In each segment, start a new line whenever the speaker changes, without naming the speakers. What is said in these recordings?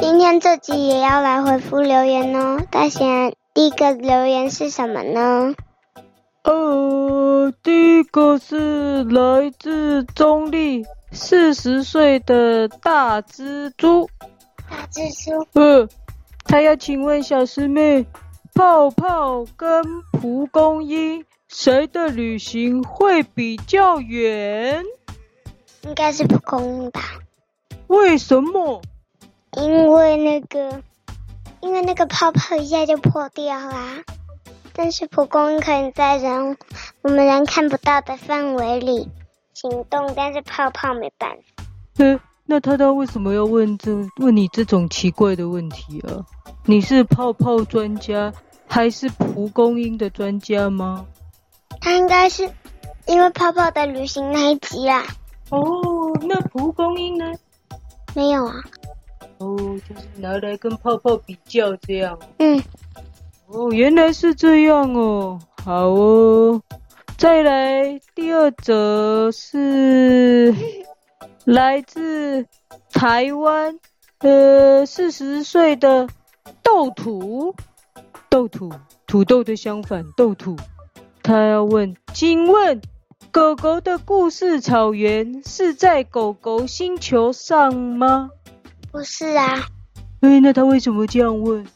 今天这集也要来回复留言哦。大贤，第一个留言是什么呢？
呃，第一个是来自中立四十岁的大蜘蛛，
大蜘蛛，
呃，他要请问小师妹，泡泡跟蒲公英谁的旅行会比较远？
应该是蒲公英吧？
为什么？
因为那个，因为那个泡泡一下就破掉啦。但是蒲公英可以在人我们人看不到的范围里行动，但是泡泡没办法。
呃，那他他为什么要问这问你这种奇怪的问题啊？你是泡泡专家还是蒲公英的专家吗？
他应该是因为泡泡的旅行那一集啦，
哦，那蒲公英呢？
没有啊？
哦，就是拿来跟泡泡比较这样。
嗯，
哦，原来是这样哦。好哦，再来第二则是来自台湾，呃，四十岁的豆土，豆土，土豆的相反，豆土。他要问，请问狗狗的故事草原是在狗狗星球上吗？
不是啊。
哎、那他为什么这样问？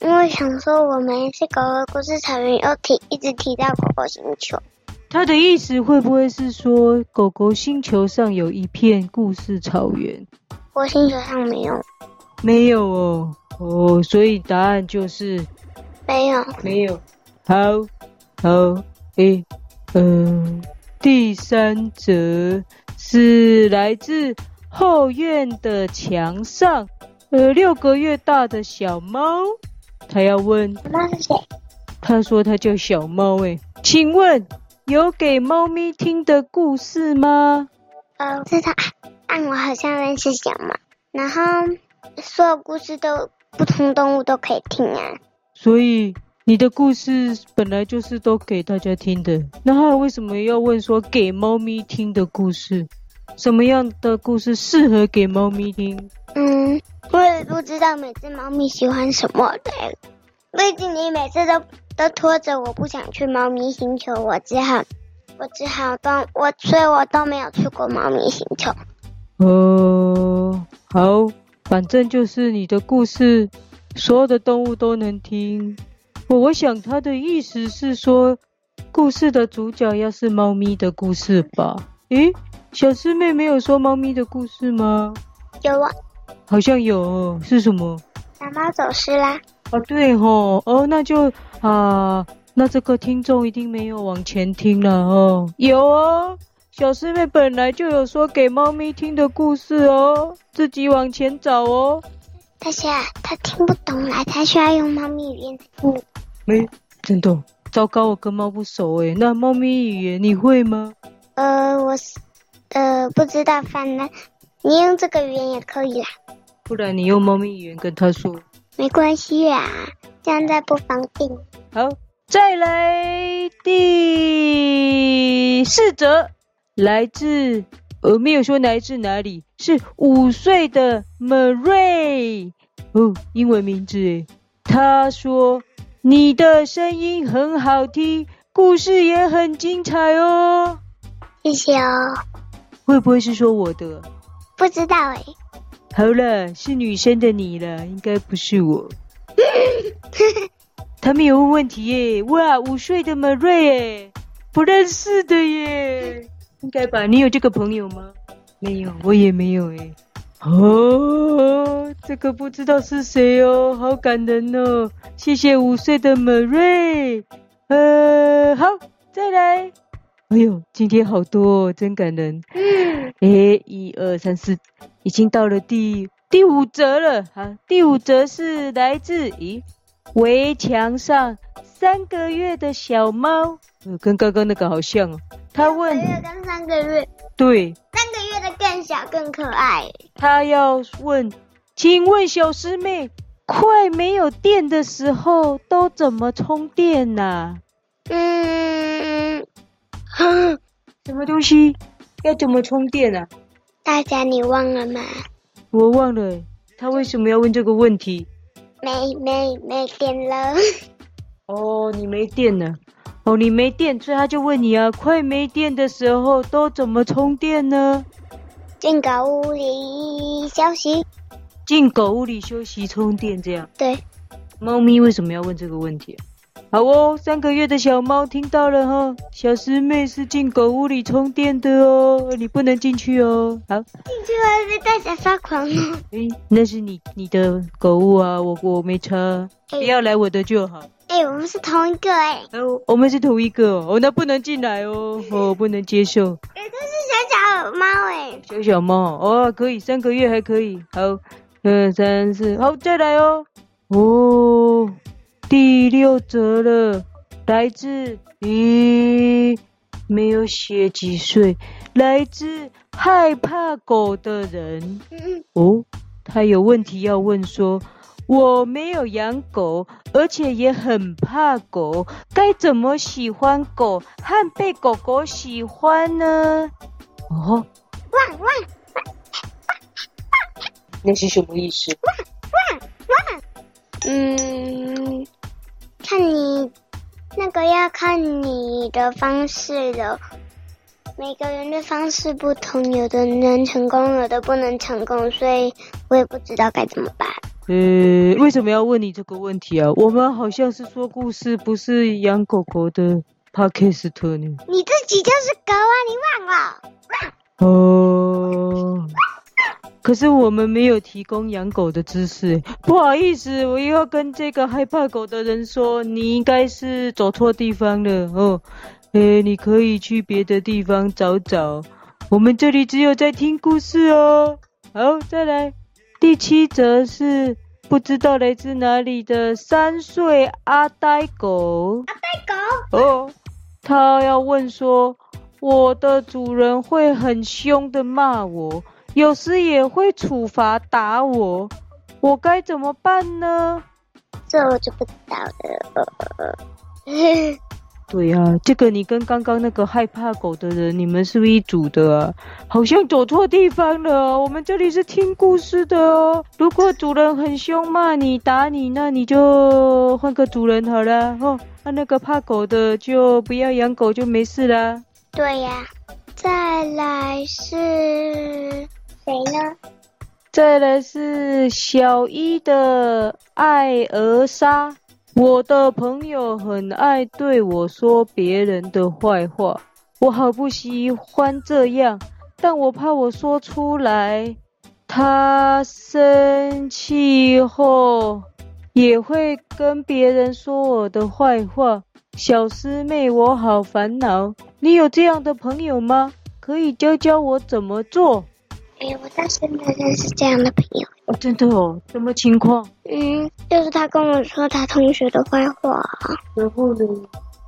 因为想说我们是狗狗故事草原，又提一直提到狗狗星球，
他的意思会不会是说，狗狗星球上有一片故事草原？
我星球上没有，
没有哦，哦，所以答案就是
没有。
没有。好，好，诶，嗯、第三则是来自后院的墙上，呃，六个月大的小猫，他要问
我妈是谁？
他说他叫小猫诶，请问有给猫咪听的故事吗？
呃，是他，但我好像认识小猫。然后所有故事都不同动物都可以听啊，
所以你的故事本来就是都给大家听的，那他为什么要问说给猫咪听的故事？什么样的故事适合给猫咪听？
嗯，我也不知道每只猫咪喜欢什么的，毕竟你每次都都拖着我不想去猫咪星球，我只好我只好都我所以我都没有去过猫咪星球。
呃，好，反正就是你的故事，所有的动物都能听。我我想他的意思是说，故事的主角要是猫咪的故事吧？诶，小师妹没有说猫咪的故事吗？
有啊，
好像有哦，是什么？
小猫走失啦。
啊，对吼，哦，那就啊，那这个听众一定没有往前听了哦。有哦，小师妹本来就有说给猫咪听的故事哦，自己往前找哦。
但是啊，它听不懂啦，它需要用猫咪语言嗯才听懂。
没，真的，哦糟糕，我跟猫不熟诶。那猫咪语言你会吗？
呃，我是呃不知道，反正你用这个语言也可以啦，
不然你用猫咪语言跟它说。
没关系啦，这样再不方便。
好，再来第四则，来自呃没有说来自哪里，是五岁的 Marie，哦，英文名字诶。他说：“你的声音很好听，故事也很精彩哦。
谢谢哦，”
会不会是说我的？
不知道哎、
好了，是女生的你了，应该不是我。他们有问问题耶，哇，五岁的 Marie 耶，不认识的耶，应该吧？你有这个朋友吗？没有，我也没有哎。哦，这个不知道是谁哦，好感人哦，谢谢五岁的 Marie。呃，好，再来。哎呦，今天好多哦，真感人。嗯诶，一二三四，已经到了第第五则了啊！第五则是来自咦，围墙上三个月的小猫，呃，跟刚刚那个好像哦。他问，
月跟三个月，
对
三个月的更小更可爱。
他要问，请问小师妹，快没有电的时候都怎么充电呐、
嗯，
什么东西？要怎么充电啊？
大家你忘了吗？
我忘了他为什么要问这个问题。
没没没电了，
哦，你没电了，哦，你没电，所以他就问你啊，快没电的时候都怎么充电呢？
进狗屋里休息。
进狗屋里休息充电这样。
对，
猫咪为什么要问这个问题啊、好哦，三个月的小猫听到了哈，小师妹是进狗屋里充电的哦，你不能进去哦。好，
进去会被大家发狂哦。
诶，那是你你的狗屋啊，我我没差，不要来我的就好。
哎、我们是同一个哎、
哎、我我们是同一个哦，哦那不能进来哦，哦，不能接受。
哎、它是小小猫哎、
小小猫哦，可以，三个月还可以。好，二三四，好，再来哦。哦，第六则了，来自咦，没有写几岁，来自害怕狗的人。
嗯，
哦，他有问题要问说，我没有养狗，而且也很怕狗，该怎么喜欢狗和被狗狗喜欢呢？哦，
汪汪
那是什么意思？
嗯，看你那个要看你的方式了。每个人的方式不同，有的能成功，有的不能成功，所以我也不知道该怎么办。
呃，为什么要问你这个问题啊？我们好像是说故事，不是养狗狗的 podcast 呢。
你自己就是狗啊，你忘了？
哦，可是我们没有提供养狗的知识，不好意思，我又要跟这个害怕狗的人说，你应该是走错地方了哦。诶，你可以去别的地方找找，我们这里只有在听故事哦。好，再来，第七则是不知道来自哪里的三岁阿呆狗。
狗，
哦，他要问说，我的主人会很凶的骂我，有时也会处罚打我，我该怎么办呢？
这我就不知道了。
对啊，这个你跟刚刚那个害怕狗的人，你们是不是一组的啊？好像走错地方了啊，我们这里是听故事的哦。如果主人很凶骂你、打你，那你就换个主人好了哦。那、那个怕狗的就不要养狗，就没事啦。
对呀、再来是谁呢？
再来是小一的艾尔莎，我的朋友很爱对我说别人的坏话，我好不喜欢这样，但我怕我说出来，他生气后也会跟别人说我的坏话。小师妹，我好烦恼，你有这样的朋友吗？可以教教我怎么做？
哎、我倒是没有认识这样的朋友。
哦，真的哦，什么情况？
嗯，就是他跟我说他同学的坏话，
然后呢？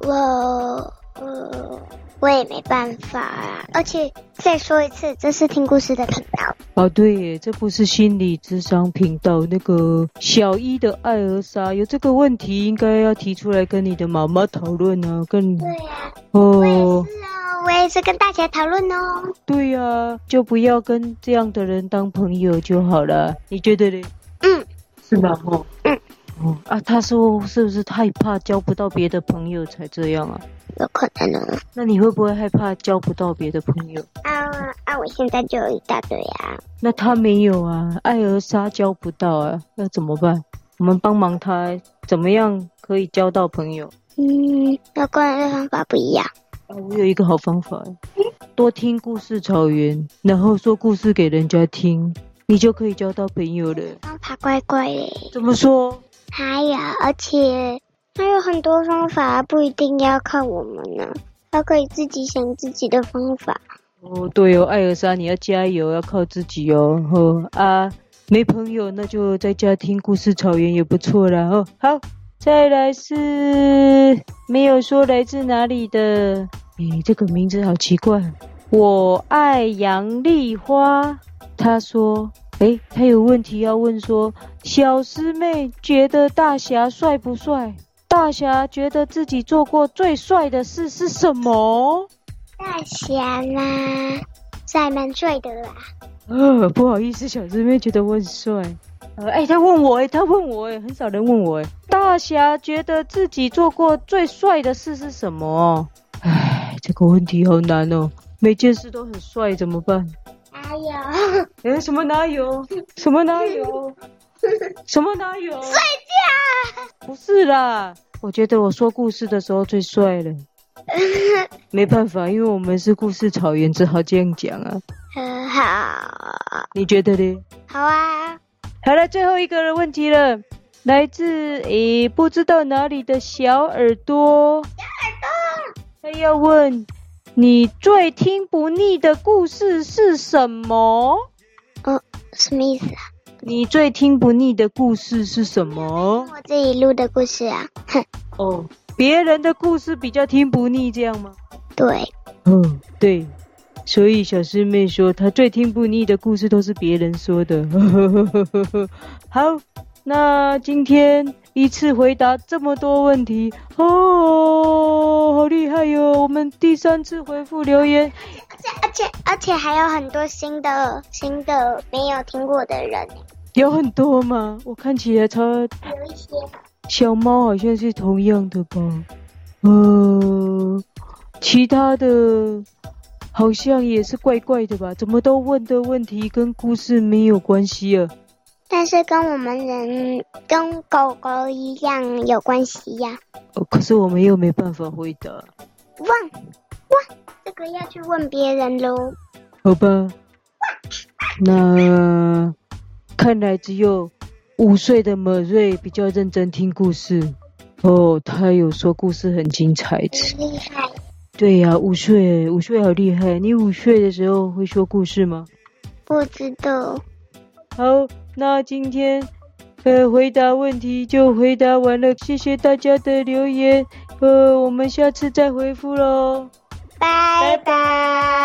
我呃我也没办法啊。而且再说一次，这是听故事的频道。
哦，对耶，这不是心理智商频道那个小一的艾尔莎有这个问题，应该要提出来跟你的妈妈讨论啊，跟
对呀、
哦，
是哦，我也是跟大家讨论哦。
对呀、就不要跟这样的人当朋友就好了，你觉得嘞？
嗯，
是吧？哦，
嗯，
哦啊，他说是不是害怕交不到别的朋友才这样啊？
有可能哦。
那你会不会害怕交不到别的朋友？
啊啊！我现在就有一大堆啊。
那他没有啊，艾尔莎交不到啊，那怎么办？我们帮忙他，怎么样可以交到朋友？
嗯，要跟人的方法不一样。
啊，我有一个好方法，啊多听故事草原，然后说故事给人家听，你就可以交到朋友了。
方法怪怪的，
怎么说？
还有，而且还有很多方法，不一定要靠我们呢，还可以自己想自己的方法。
哦，对哦，艾尔莎，你要加油，要靠自己哦。哦啊，没朋友那就在家听故事草原也不错啦。哦，好，再来是没有说来自哪里的，诶，这个名字好奇怪。我爱杨丽花，她说，诶，她有问题要问说，小师妹觉得大侠帅不帅？大侠觉得自己做过最帅的事是什么？
大侠啦，这帅，蛮帅的啦。
呃，不好意思，小师妹觉得我很帅。呃，哎、他问我、哎，他问我、哎，很少人问我、哎。大侠觉得自己做过最帅的事是什么？哎，这个问题好难哦，每件事都很帅，怎么办？
哎呦，
哎，什么哪有？什么哪有？ 什么哪有？
睡
不是啦，我觉得我说故事的时候最帅 了。
觉。
没办法，因为我们是故事草原，只好这样讲啊。
很好，
你觉得呢？
好啊。
好了，最后一个问题了，来自诶不知道哪里的小耳朵，他要问你最听不腻的故事是什么？
什么意思啊？
你最听不腻的故事是什么？
我自己录的故事啊。哼，
哦，别人的故事比较听不腻，这样吗？
对，
嗯，对，所以小师妹说她最听不腻的故事都是别人说的。 好，那今天一次回答这么多问题，哦，好厉害哟、我们第三次回复留言，
而且而且而且还有很多新的新的没有听过的人，
有很多吗？我看起来超
有一些
小猫好像是同样的吧？呃，其他的好像也是怪怪的吧？怎么都问的问题跟故事没有关系啊？
但是跟我们人跟狗狗一样有关系呀、
哦，可是我们又没办法回答，
问问这个要去问别人喽。
好吧？那看来只有五岁的莫瑞比较认真听故事。哦，他有说故事很精彩。
很厉害，
对呀、五岁，五岁好厉害。你五岁的时候会说故事吗？
不知道。
好，那今天呃回答问题就回答完了，谢谢大家的留言，呃，我们下次再回复喽。
拜拜。哦